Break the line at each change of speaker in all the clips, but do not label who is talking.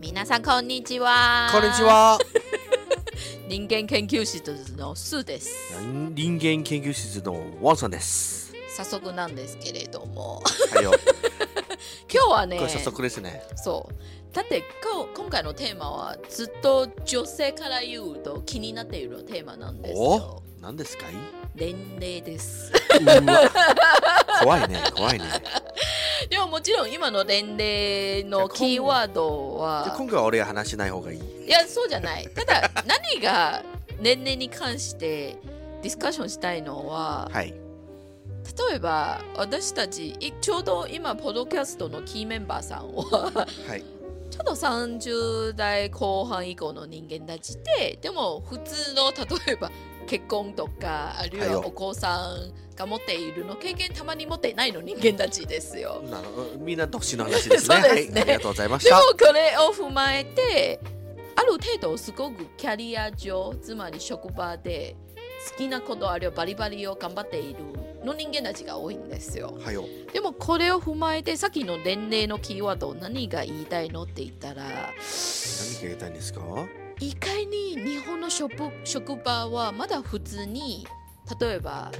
皆さんこんにちは。
こんにち。は。
人間研究室のスーです。
人間研究室のワンさんです。
早速なんですけれども、
はいよ。
今日はね
これ、早速ですね。
そう。だって今日今回のテーマはずっと女性から言うと気になっているテーマなんですよ
お。何ですかい
年齢です。
うわ怖いね、怖いね。
でももちろん今の年齢のキーワード
じゃあ
は
今回は俺は話しない方がいい。
いやそうじゃない。ただ何が年齢に関してディスカッションしたいのは、
はい。
例えば私たちいちょうど今ポッドキャストのキーメンバーさんは
はい。
ちょっと30代後半以降の人間たちででも普通の例えば結婚とかあるい
はい
は
よ
お子さんが持っているの経験たまに持ってないの人間たちですよ。
なるほどみんな独身の話ですね。
そうですね
はい。ありがとうございまし
でも
た。
これを踏まえてある程度すごくキャリア上つまり職場で好きなことあるいはバリバリを頑張っているの人間たちが多いんですよ。
はいよ。
でもこれを踏まえてさっきの年齢のキーワード何が言いたいのって言ったら
何が言いたいんですか
意外に日本の職職場はまだ普通に例えば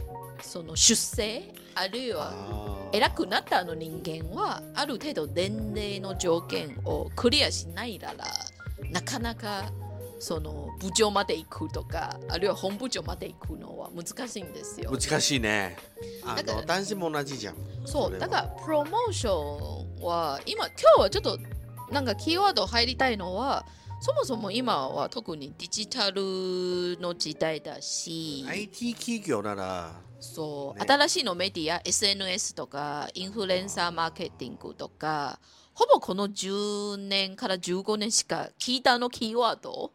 その出世あるいは
あー
偉くなったあの人間はある程度年齢の条件をクリアしないならなかなかその部長まで行くとかあるいは本部長まで行くのは難しいんですよ。
難しいね。あ
だから
の、男子も同じじゃん。
そ
それ
う
は
だからプロモーションは今今日はちょっとなんかキーワード入りたいのはそもそも今は特にデジタルの時代だし、
IT 企業なら、
そう、
ね
新しいのメディア SNS とかインフルエンサーマーケティングとかほぼこの10年から15年しか聞いたのキーワード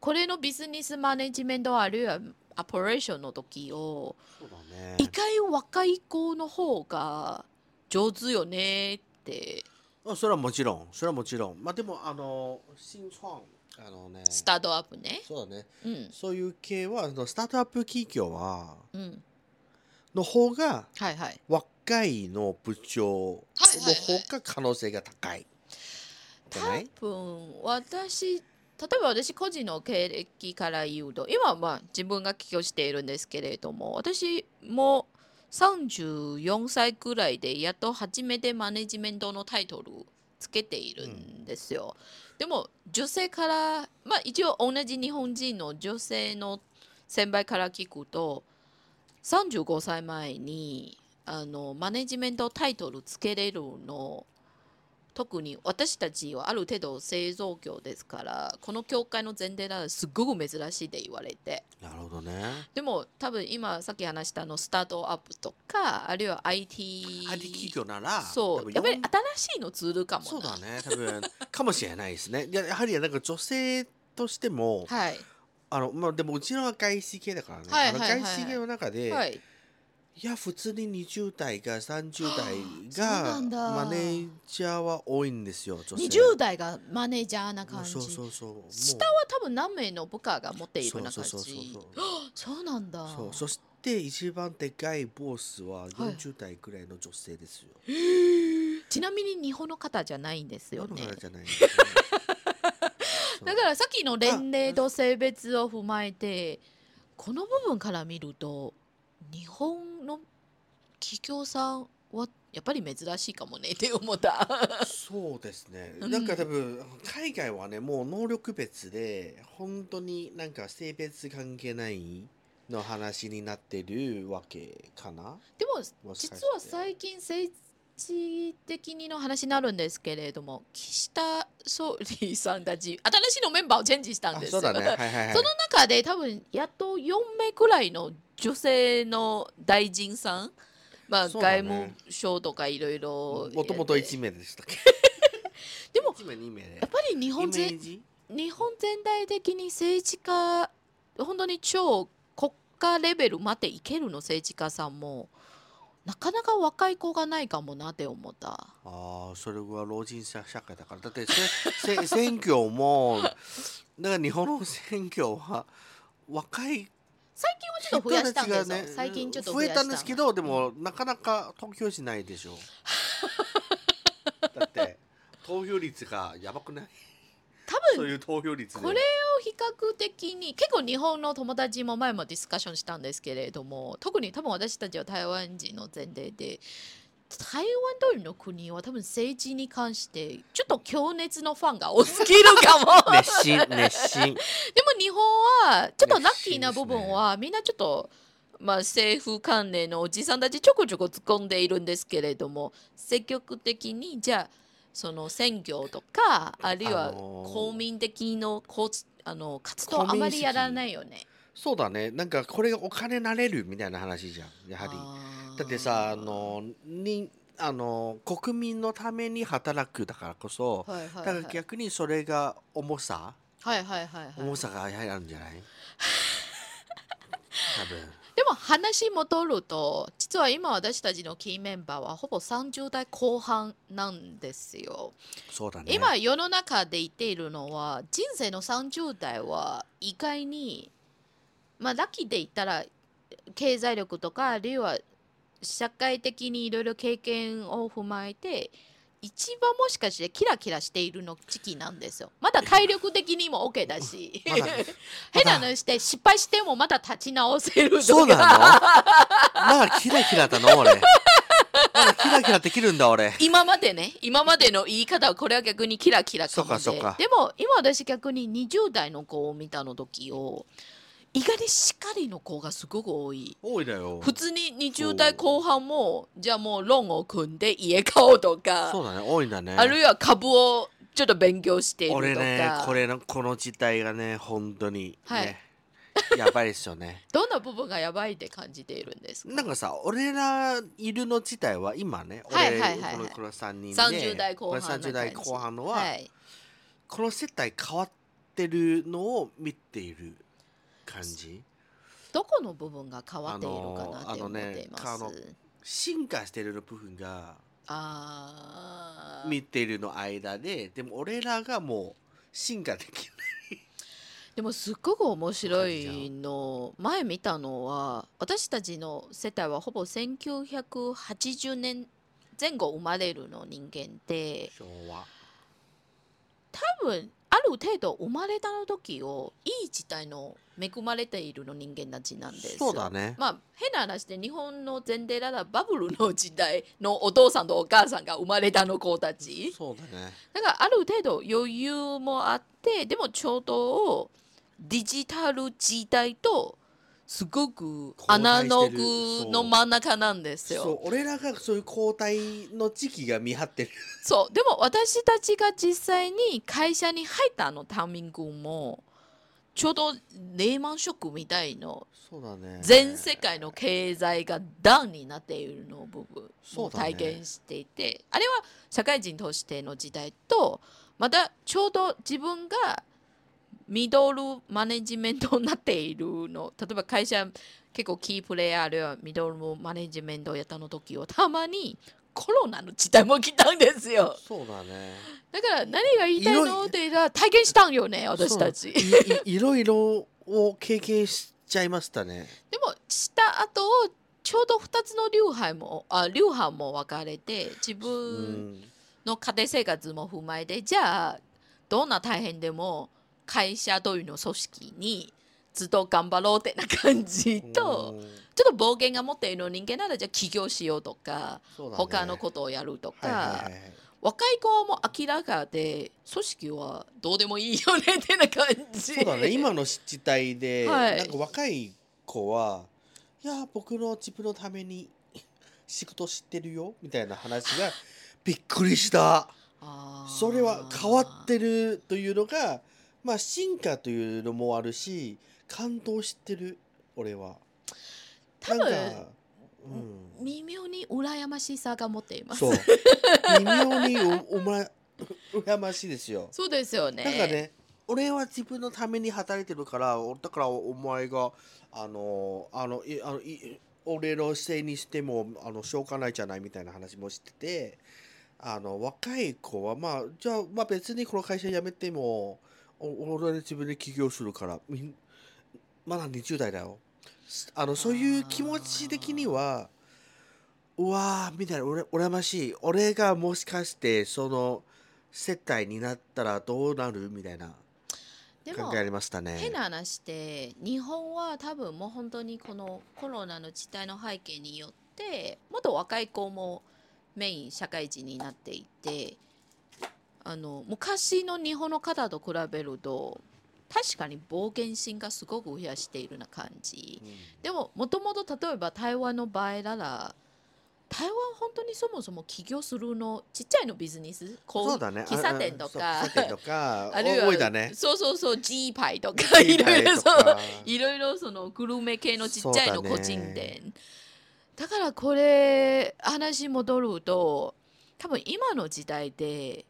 これのビジネスマネジメントあるいはアポレーションの時を
そうだね。
意外若い子の方が上手よねって
あそれはもちろん、それはもちろん。まあでも、あの、新創、あのね、
スタートアップね
そうだね。
うん
そういう系は、あのスタートアップ企業は、
うん
の方が、
はいはい
若いの部
は
長
いはいはい
の方が可能性が高い。じゃない
多分私例えば私個人の経歴から言うと今はまあ自分が起業しているんですけれども私も34歳くらいでやっと初めてマネジメントのタイトルつけているんですよ、でも女性からまあ一応同じ日本人の女性の先輩から聞くと35歳前にあのマネジメントタイトルつけれるの特に私たちはある程度製造業ですからこの業界の前提ならすっごく珍しいって言われて
なるほどね。
でも多分今さっき話したあのスタートアップとかあるいは IT
IT 企業なら、多
そう
分
やっぱり
よん
新しいのツールかもな
そうだね、多分、かもしれないですね。いややはり、なんか女性としても、
はい、
あの、まあでも、うちのは外資系だからね。
はい
あの
はいはい
外資系の中で、、
はいい
や、普通に20代が30
そうな
代
んだ
が、マネージャーは多いんですよ、女性。
20代がマネージャーな感じ
そうそうそう。もう
下は多分何名の部下が持っているような
そ
感
う
じそう
そそうそうそう
なんだ
そうそして一番でかいボスは40代くらいの女性ですよ。
ちなみに日本の方じゃないんですよ
世の
ね
中じゃない、そう
だからさっきの年齢と性別を踏まえてこの部分から見ると日本の企業さんはやっぱり珍しいかもねって思 った。
そうですね、
うん
なんか多分海外はねもう能力別で本当になんか性別関係ないの話になってるわけかな
でも
もしかし
実
て
は最近政治的にの話になるんですけれども岸田総理さんたち新しいのメンバーをチェンジしたん
あ
です
そ
よ
うだねはいはいはい
その中で多分やっと4名くらいの女性の大臣さん、まあ
そうだ
外
ね
務省とかいろいろ
もともと
やって
1名でしたっけ
でも
1名2名で
やっぱり日
イ
本
メ
全
ージ
日本全体的に政治家本当に超国家レベルまでいけるの政治家さんもなかなか若い子がないかもなって思った。
ああそれは老人社社会だからだってせ せ選挙もだから日本の選挙は若い
最近はちょっと増やしたんですよ、最近ちょっと
増
増
え
やした
た
の
んですけどでもなかなか投票しない でしょだって投票率がやばくない
多
そう
分
いう投票率で
これを比較的に結構日本の友達も前もディスカッションしたんですけれども特に多分私たちは台湾人の前提で台湾通りの国は多分政治に関してちょっと強熱のファンが多すぎるかもでも
熱心熱心
日本はちょっとラッキーな部分はみんなちょっと。まあ、政府関連のおじさんたちちょこちょこ突っ込んでいるんですけれども積極的にじゃあその選挙とかあるいは
あのー
公民的のこうつあの活動あまりやらないよね。
そうだねなんかこれがお金なれるみたいな話じゃんやはり
あー
だってさあ、のにあの国民のために働くだからこそ
はいは
だ
い
か
は
ら
い、
逆にそれが重さ
はいはいはいはい
重さがあるんじゃ ない多分
でも話戻ると実は今私たちのキーメンバーはほぼ30代後半なんですよ。
そうだね
今世の中で言っているのは人生の30代は意外にまあラッキーで言ったら経済力とかあるいは社会的にいろいろ経験を踏まえて一番もしかしてキラキラしているの時期なんですよまだ体力的にも OK だし、
まだ
変なのして失敗してもまだ立ち直せるとか
そうなのまだキラキラだな俺まだキラキラできるんだ俺
今までね今までの言い方はこれは逆にキラキラかもで
そうかそうか
でも今私逆に20代の子を見たの時を意外にしっかりの子がすごく多い
多いだよ
普通に20代後半もじゃあもうローンを組んで家買おうと
そ
か
うだね多いんだね
あるいは株をちょっと勉強しているとか
俺ねこれのこの事態がね本当に、ね
はい
やばいですよね
どんな部分がやばいって感じているんですか
なんかさ俺らいるの自体は今ね俺、
はいはいはいはい
このこの3人で
30代後半な感
こ
じ
の30代後半のは、
はい、
この世帯変わってるのを見ている感じ
どこの部分が変わっているかなって思っています。あ
あのあの進化してる部分が
あー
見てるの間ででも俺らがもう進化できる
でもすっごく面白いの前見たのは私たちの世帯はほぼ1980年前後生まれるの人間で
昭和
多分ある程度生まれたの時をいい時代の恵まれているの人間たちなんですよ
そうだね
まあ変な話で日本の前提ならバブルの時代のお父さんとお母さんが生まれたの子たち
そうだね
だからある程度余裕もあってでもちょうどディジタル時代とすごくアナログの真ん中なんですよ。
そう俺らがそういう交代の時期が見張ってる
そうでも私たちが実際に会社に入ったあのタイミングもちょうどレーマンショックみたいの
そうだね
全世界の経済がダウンになっているのを僕
そ
も
うだね
体験していて、あれは社会人としての時代とまたちょうど自分がミドルマネジメントになっているの例えば会社結構キープレイヤーあるいはミドルマネジメントをやったの時をたまにコロナの時代も来たんですよ
そうだね
だから何が言いたい
いろ
の
い
って体験したんよね私たち。
いい ろいろを経験しちゃいましたね
でもした後をちょうど2つの流派もあ流派も分かれて自
う
分
ん
の家庭生活も踏まえてじゃあどんな大変でも会社というの組織にずっと頑張ろうってな感じと
うん
ちょっと暴言が持っている人間ならじゃあ起業しようとか
そうだね
他のことをやると
はいは
か
いはい
若い子はもう明らかで組織はどうでもいいよねってな感じ。
そうだね今の湿地帯で、
はい
なんか若い子はいや僕の自分のために仕事してるよみたいな話 がびっくりした
あー
それは変わってるというのがまあ進化というのもあるし感動してる俺は
多分
なんか、うん、
微妙に羨ましさが持っています。
そう微妙におおま羨ましいですよ
そうですよね。
なんかね、俺は自分のために働いてるから、おだからお前が、あの、あの、いあのい俺のせいにしても、あの、しょうがないじゃないみたいな話もしてて、あの、若い子は、まあ、じゃあ、まあ別にこの会社辞めても、お俺は自分で起業するから、みんまだ20代だよ。あのそういう気持ち的にはうわーみたいな俺羨ましい俺がもしかしてその接待になったらどうなるみたいな
でも
考えありましたね。
変な話で日本は多分もう本当にこのコロナの事態の背景によってもっと若い子もメイン社会人になっていてあの昔の日本の方と比べると確かに冒険心がすごく増やしているような感じ
うん
でももともと例えば台湾の場合なら台湾本当にそもそも起業するのちっちゃいのビジネスこ
そうだね。
喫茶店と
あ
か
あそう喫茶店と か
あるいは
多いだね。
そうそうそう G パイとかいろいろそういろいろそのグルメ系のちっちゃい
そ
の
うだね
個人店だ,、からこれ話戻ると多分今の時代で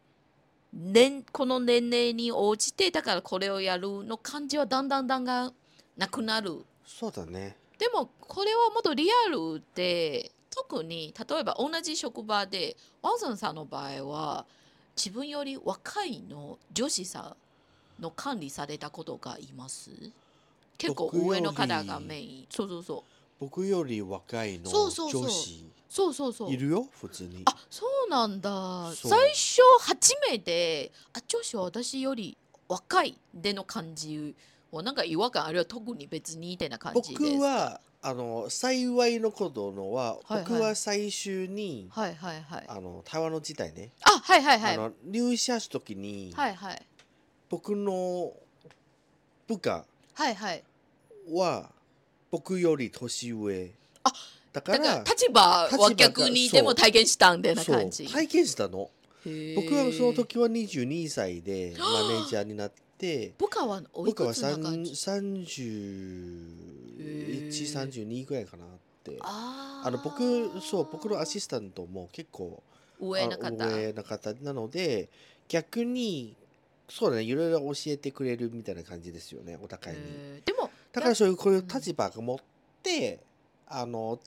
年この年齢に応じてだからこれをやるの感じはだんだんだんだんなくなる
そうだね。
でもこれはもっとリアルで特に例えば同じ職場でワンソンさんの場合は自分より若いの女子さんの管理されたことがいます結構
僕より
上の方がメインそうそうそう
僕より若いの
そ
女
うそうそう
子
そうそうそう
いるよ普通に。
あそうなんだ
そう
最初初めてあ女子は私より若いでの感じはなんか違和感あるいは特に別にってな感じです
僕はあの幸いのことのは、
いはい
僕は最終に、
はいはいはいあ
あの台湾の時代ね、
はいはいはい
あの入社した時に、
はいはい
僕の部下
はいはい。
は僕より年上
あ
だか
だから
ら
立場は逆に
立場がそう
でも体験したんでな
そう
感じ。
体験したの
へー
僕はその。時は22歳でマネージャーになって
部下はおい
僕
く
は
つな感じ。
3132ぐらいかなって
あー
あの僕そう僕のアシスタントも結構
上の
あ
方。
上の方なので逆にそうだねいろいろ教えてくれるみたいな感じですよねお互いに。
へーでも
だからそういうこういううん立場を持って、あの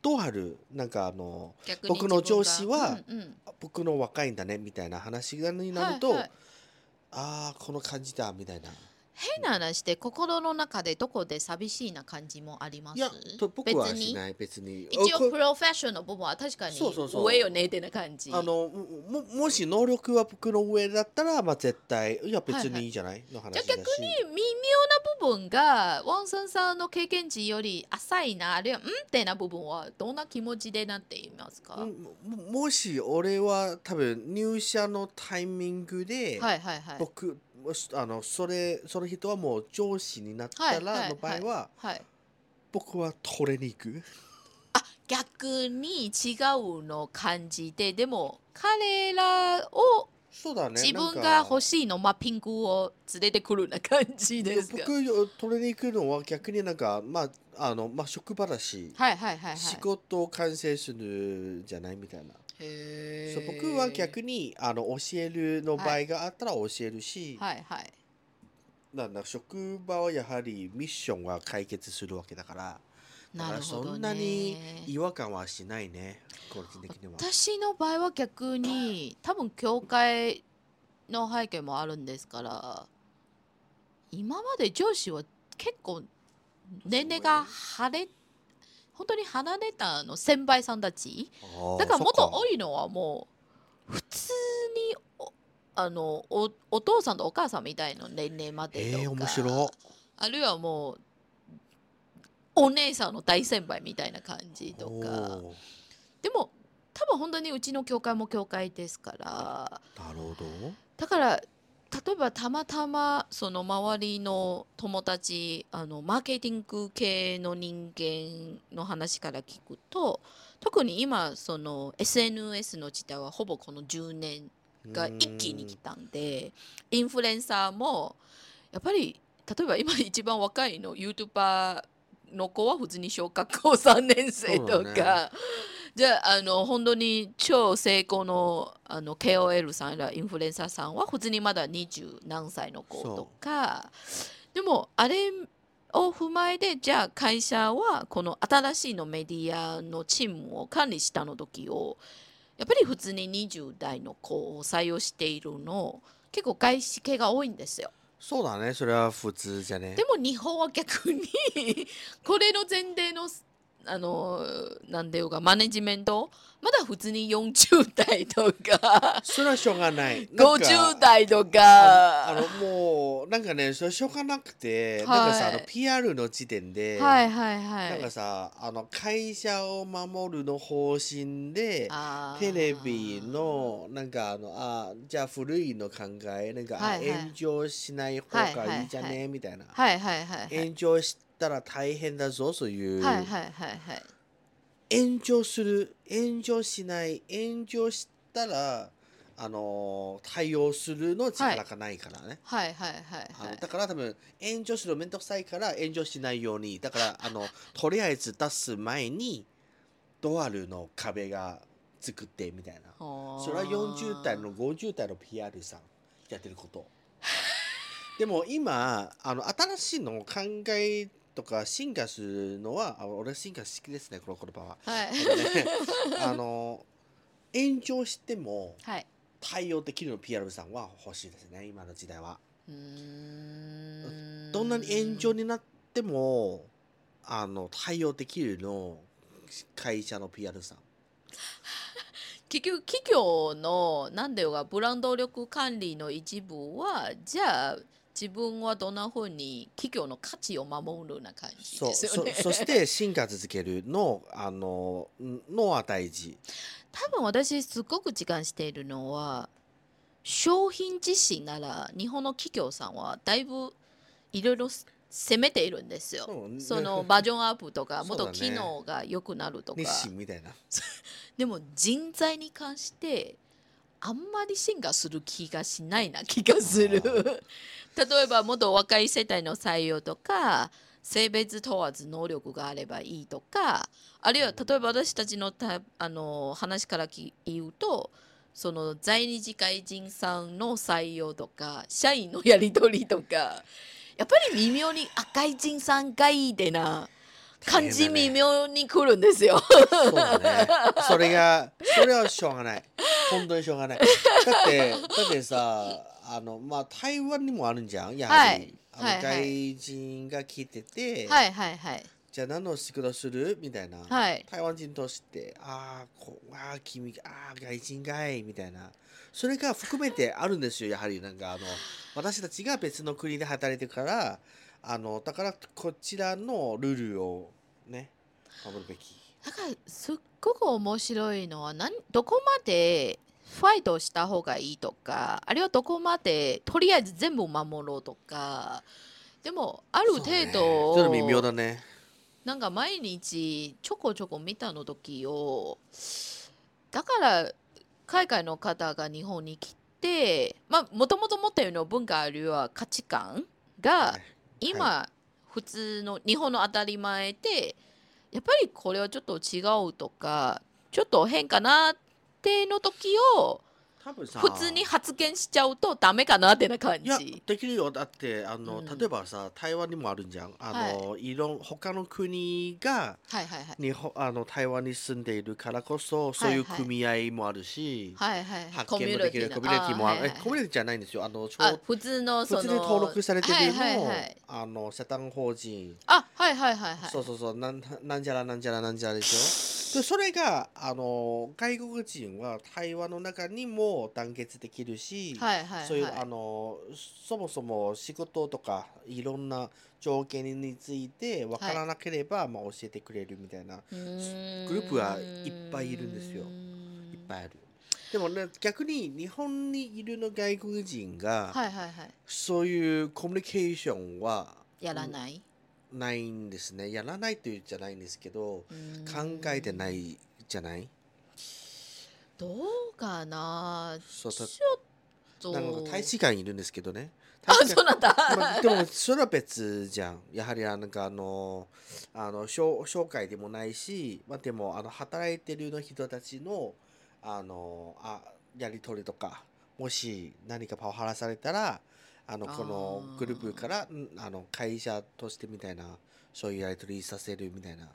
どうあるなんかあの
逆に
僕の上司は
自分がうん
僕の若いんだねみたいな話になると、
はいはい
ああこの感じだみたいな。
変な話で心の中でどこで寂しいな感じもありま
い
す
やと僕は
別
し
に
ない別に。
一
おこ
応プロフェッショナルの部分は確かに
そうそうそう
上よねってな感じ
あのもももし能力は僕の上だったら、まあ、絶対いや別にいいじゃない、の話
じゃ
だ
あ
し
逆に微妙な部分がワンさんさんの経験値より浅いなあるいはうんってな部分はどんな気持ちでなっていますか、
うんももし俺は多分入社のタイミングで、
はいはいはい
僕もしあのそれその人はもう上司になった
はいは
ら
い
の場合は、
はい
僕は取れに行く
逆に違うの感じででも彼らを
そうだね
自分が欲
い
しいの、まあ、ピンクを連れてくるような感じですか
僕取れに行くのは逆になんかまああのまあ職場だし、
はいはいはいはい
仕事を完成するじゃないみたいな、
へ
そう
ー
僕は逆にあの教えるの場合があったら教えるし、
はいはい
なんだ職場はやはりミッションが解決するわけだからだか
な
ら
るほど、ね、
そんなに違和感はしないね個人的には。
私の場合は逆に多分教会の背景もあるんですから今まで上司は結構年齢が晴れ本当に離れたあの先輩さんたちだからもっと多いのはもう普通におあのおお父さんとお母さんみたいな年齢までとか、
えー、面白い。
あるいはもうお姉さんの大先輩みたいな感じと
お
か。
ー
でも多分本当にうちの教会も教会ですから
なるほど。
だから例えばたまたまその周りの友達あのマーケティング系の人間の話から聞くと特に今その SNS の時代はほぼこの10年が一気に来たんでインフルエンサーもやっぱり例えば今一番若いの YouTuber の子は普通に小学校3年生と
そう
か、
だ
じゃああの本当に超成功のあの KOL さんやインフルエンサーさんは普通にまだ20何歳の子とかでもあれを踏まえてじゃあ会社はこの新しいのメディアのチームを管理したの時をやっぱり普通に20代の子を採用しているの結構外資系が多いんですよ。
そうだねそれは普通じゃね
でも日本は逆 にこれの前提のあのなんていうかマネジメントまだ普通に40代とか
それはしょうが ないなんか
50代と
あの
か
あのもうなんかねそれしょうがなくて、
はい
なんかさあの PR の時点で、
はいはいは
なんか
い
さあの会社を守るの方針で
あー
テレビのなんかあのあーじゃあ古いの考えなんか、あ
はいはい
炎上しない方
はいはい
が
はい
い
い
じゃね、みたいな、
はいはいはいはい
炎上したら大変だぞそういう、
はいはいはいはい
炎上する炎上しない炎上したらあのー対応するの力がないからね、
はいはいはい
あ
は
の
い
だから多分炎上するのめんどくさいから炎上しないようにだからあのとりあえず出す前にドアルの壁が作ってみたいなそ
そ
れは40代の50代の PR さんやって ることでも今あの新しいのを考えとか進化するのはあ俺進化好きですねこの言葉は
はい
あのねあの炎上しても
はい
対応できるの PR さんは欲しいですね今の時代は。
うー
どんなに炎上になってもあの対応できるの会社の PR さん
結局企業のなんだよがブランド力管理の一部はじゃあ自分はどんなふうに企業の価値を守るような感じ
そう
ですよ
そ
ね。
そして進化続けるのあのんのは大事
多分私すごく時間しているのは商品自身なら日本の企業さんはだいぶいろいろ攻めているんですよ。
そうね
そのバージョンアップとか
そう
もっ
だね
と機能が良くなるとか、
日清みたいな
でも人材に関してあんまり進化する気がしない な気がする
あー
例えば元若い世代の採用とか性別問わず能力があればいいとかあるいは例えば私たちのたあの話からき言うとその在日外人さんの採用とか社員のやり取りとかやっぱり微妙にあ外人さんがいいでな感じ
大変だね
微妙にくるんですよ。
そうだねそれがそれはしょうがない本当にしょうがないだってだってさあのまあ台湾にもあるんじゃんやは
は
り、
いはい
あの外人が来てて、
はいはいはい。
じゃあ何の仕事するみたいな、
はい
台湾人としてああこあー君あー外人かいみたいなそれが含めてあるんですよやはりなんかあの私たちが別の国で働いてるからあのだからこちらのルールをね守るべき
だからすっごく面白いのは何どこまでファイトした方がいいとかあるいはどこまでとりあえず全部守ろうとかでもある程度
そうねそれ微妙だね
なんか毎日ちょこちょこ見たの時をだから海外の方が日本に来てまあもともと持っているの文化あるいは価値観が
はい
今、普通の日本の当たり前でやっぱりこれはちょっと違うとかちょっと変かなっての時を
多分さ
普通に発言しちゃうとダメかなってな感
いや
じ。
できるよだってあの、
うん
例えばさ台湾にもあるんじゃんあの、い、ろん他の国が
はいはいはい。
日本あの台湾に住んでいるからこそそういう
はいはい
組合もあるし、
はいはいはい。
発見もできるコミュニティもある
あーはいはいは
え
い
コミュニティじゃないんですよあのちょ
あ普通の
普
その
通に登録されてるの、
はいはいはい、
あの社団法人、
あはいはいはいはい
そうそうそうなんなんじゃらなんじゃらなんじゃらでしょでそれがあの外国人は台湾の中にも団結できるし、
はいはいはい
そういうあのそもそも仕事とかいろんな条件について分からなければ、まあ、教えてくれるみたいな
うーん
グループはいっぱいいるんですよいっぱいある。でもね、逆に日本にいるの外国人が、
はいはいはい
そういうコミュニケーションは
やらない
ないんですね。やらないというじゃないんですけど、
うーん
考えてないじゃない
どうかな
そう
ち
た
ょっと
なんか大使館いるんですけどね。
あ
大使
そう
館
なんだ
まあでもそれは別じゃん。やはりあのなんかあのあの紹紹介でもないし、まあ、でもあの働いてるの人たちのあのあやり取りとかもし何かパワハラされたらあの
あー
このグループからうんあの会社としてみたいなそういうやり取りさせるみたいな。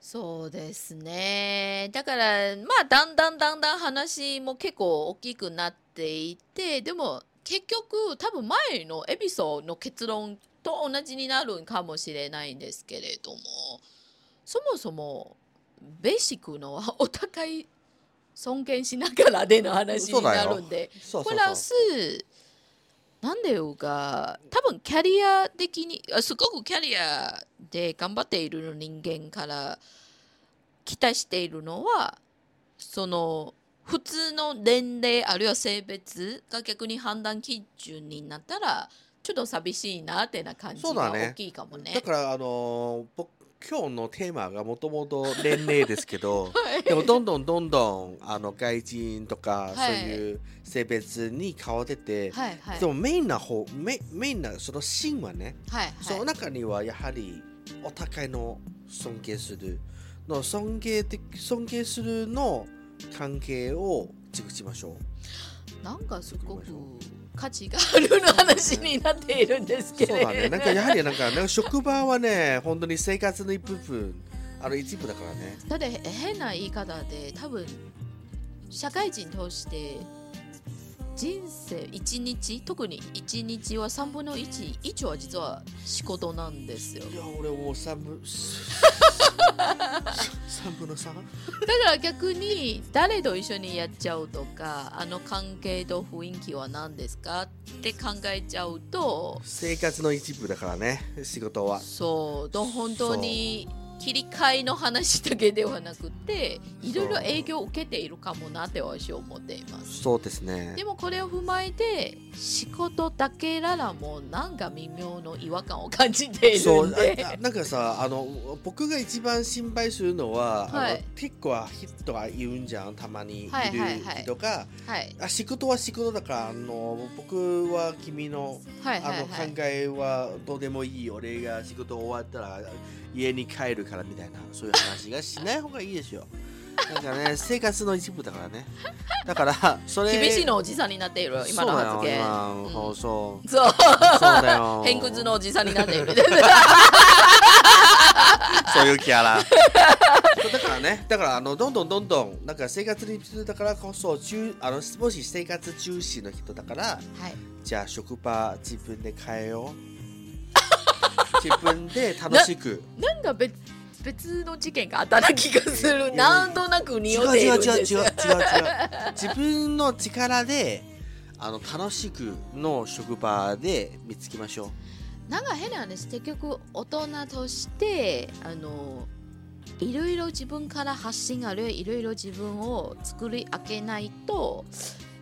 そうですねだからまあだんだんだんだん話も結構大きくなっていてでも結局多分前のエピソードの結論と同じになるんかもしれないんですけれどもそもそもベーシックのはお互い尊敬しながらでの話になるんで
そうそ
プ
う
ラ
そ
スなんでよが多分キャリア的にあすごくキャリアで頑張っている人間から期待しているのはその普通の年齢あるいは性別が逆に判断基準になったらちょっと寂しいなってな感じ
そうだ
が
ね
大きいかも
う
ね。
だからあのー僕今日のテーマがもともと年齢ですけ ど
はい
でもどんどんどんどんあの外人とか、
はい
そういう性別に変わってて、
はいはい
でもメインな方メメインなその芯はね、
はいはい
その中にはやはりお互いの尊敬するの尊敬的尊敬するの関係を築き ましょう。
なんかすごく価値があるの話になっているんですけ
そう
れど
だね。なんかやはりなんかなんか職場はね、本当に生活の一部分、あの一部だからね。
ただへ変な言い方で多分社会人通して人生1日特に1日は3分の1以上は実は仕事なんですよ
いや、俺もう三分 三分の三。
だから逆に誰と一緒にやっちゃうとかあの関係と雰囲気は何ですかって考えちゃうと
生活の一部だからね、仕事は。
そうと本当に切り替えの話だけではなくていろいろ影響を受けているかもなって私は思っています
そうですね。
でもこれを踏まえて仕事だけならもうなんか微妙の違和感を感じてい
そ
る
うん
で
ああなんかさあの僕が一番心配するのは、
はい
あの結構ヒットがいるんじゃんたまにいる
はいはいはい
人が、
はい
あ仕事は仕事だからあの僕は君の
はい
あ
はい
の
は
考
い
えはどうでもいい、俺が仕事終わったら家に帰るからみたいなそういう話がしない方がいいで すよなんかね生活の一部だからねだからそれ
厳しいのおじさんになっている今の発言
そうだよ今
う
放
ん
送
そう
そうだ よ
偏屈のおじさんにな っている
そういうキャラ。だからね、だからあのどんどんどんどんなんか生活に必要だからこそ中あのもし生活重視の人だから
はい
じゃあ職場自分で変えよ う。自分で楽しく。
なんか別別の事件があったな気がする
え
なんとなく
違
匂っ
う
てい
違
る
うん違う違う違
で
う
す
違う。自分の力であの楽しくの職場で見つけましょう。
なんか変な話結局大人としてあのいろいろ自分から発信あるいろいろ自分を作り上げないと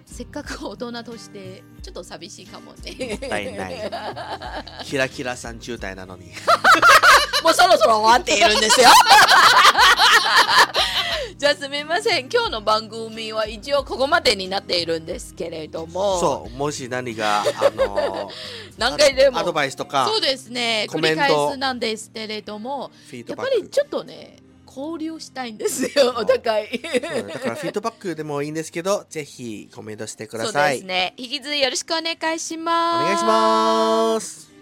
せっかく大人としてちょっと寂しいかもね。
たいない キラキラ30代なのに。
もうそろそろ終わっているんですよ。 じゃあすみません今日の番組は一応ここまでになっているんですけれども
そう、もし何があの
何回でも
アドバイスとか
そうですね
コ
繰
メ
り
ント
返すなんですけれども
フィー
や
ド
っ
バ
ぱ
ッ
り
ク。
ちょっとね交流したいんですよお互い
そうねだからフィードバックでもいいんですけど、ぜひコメントしてくだ
そう
さ
で
い。
すね引き続きよろしくお願いします
お願いします。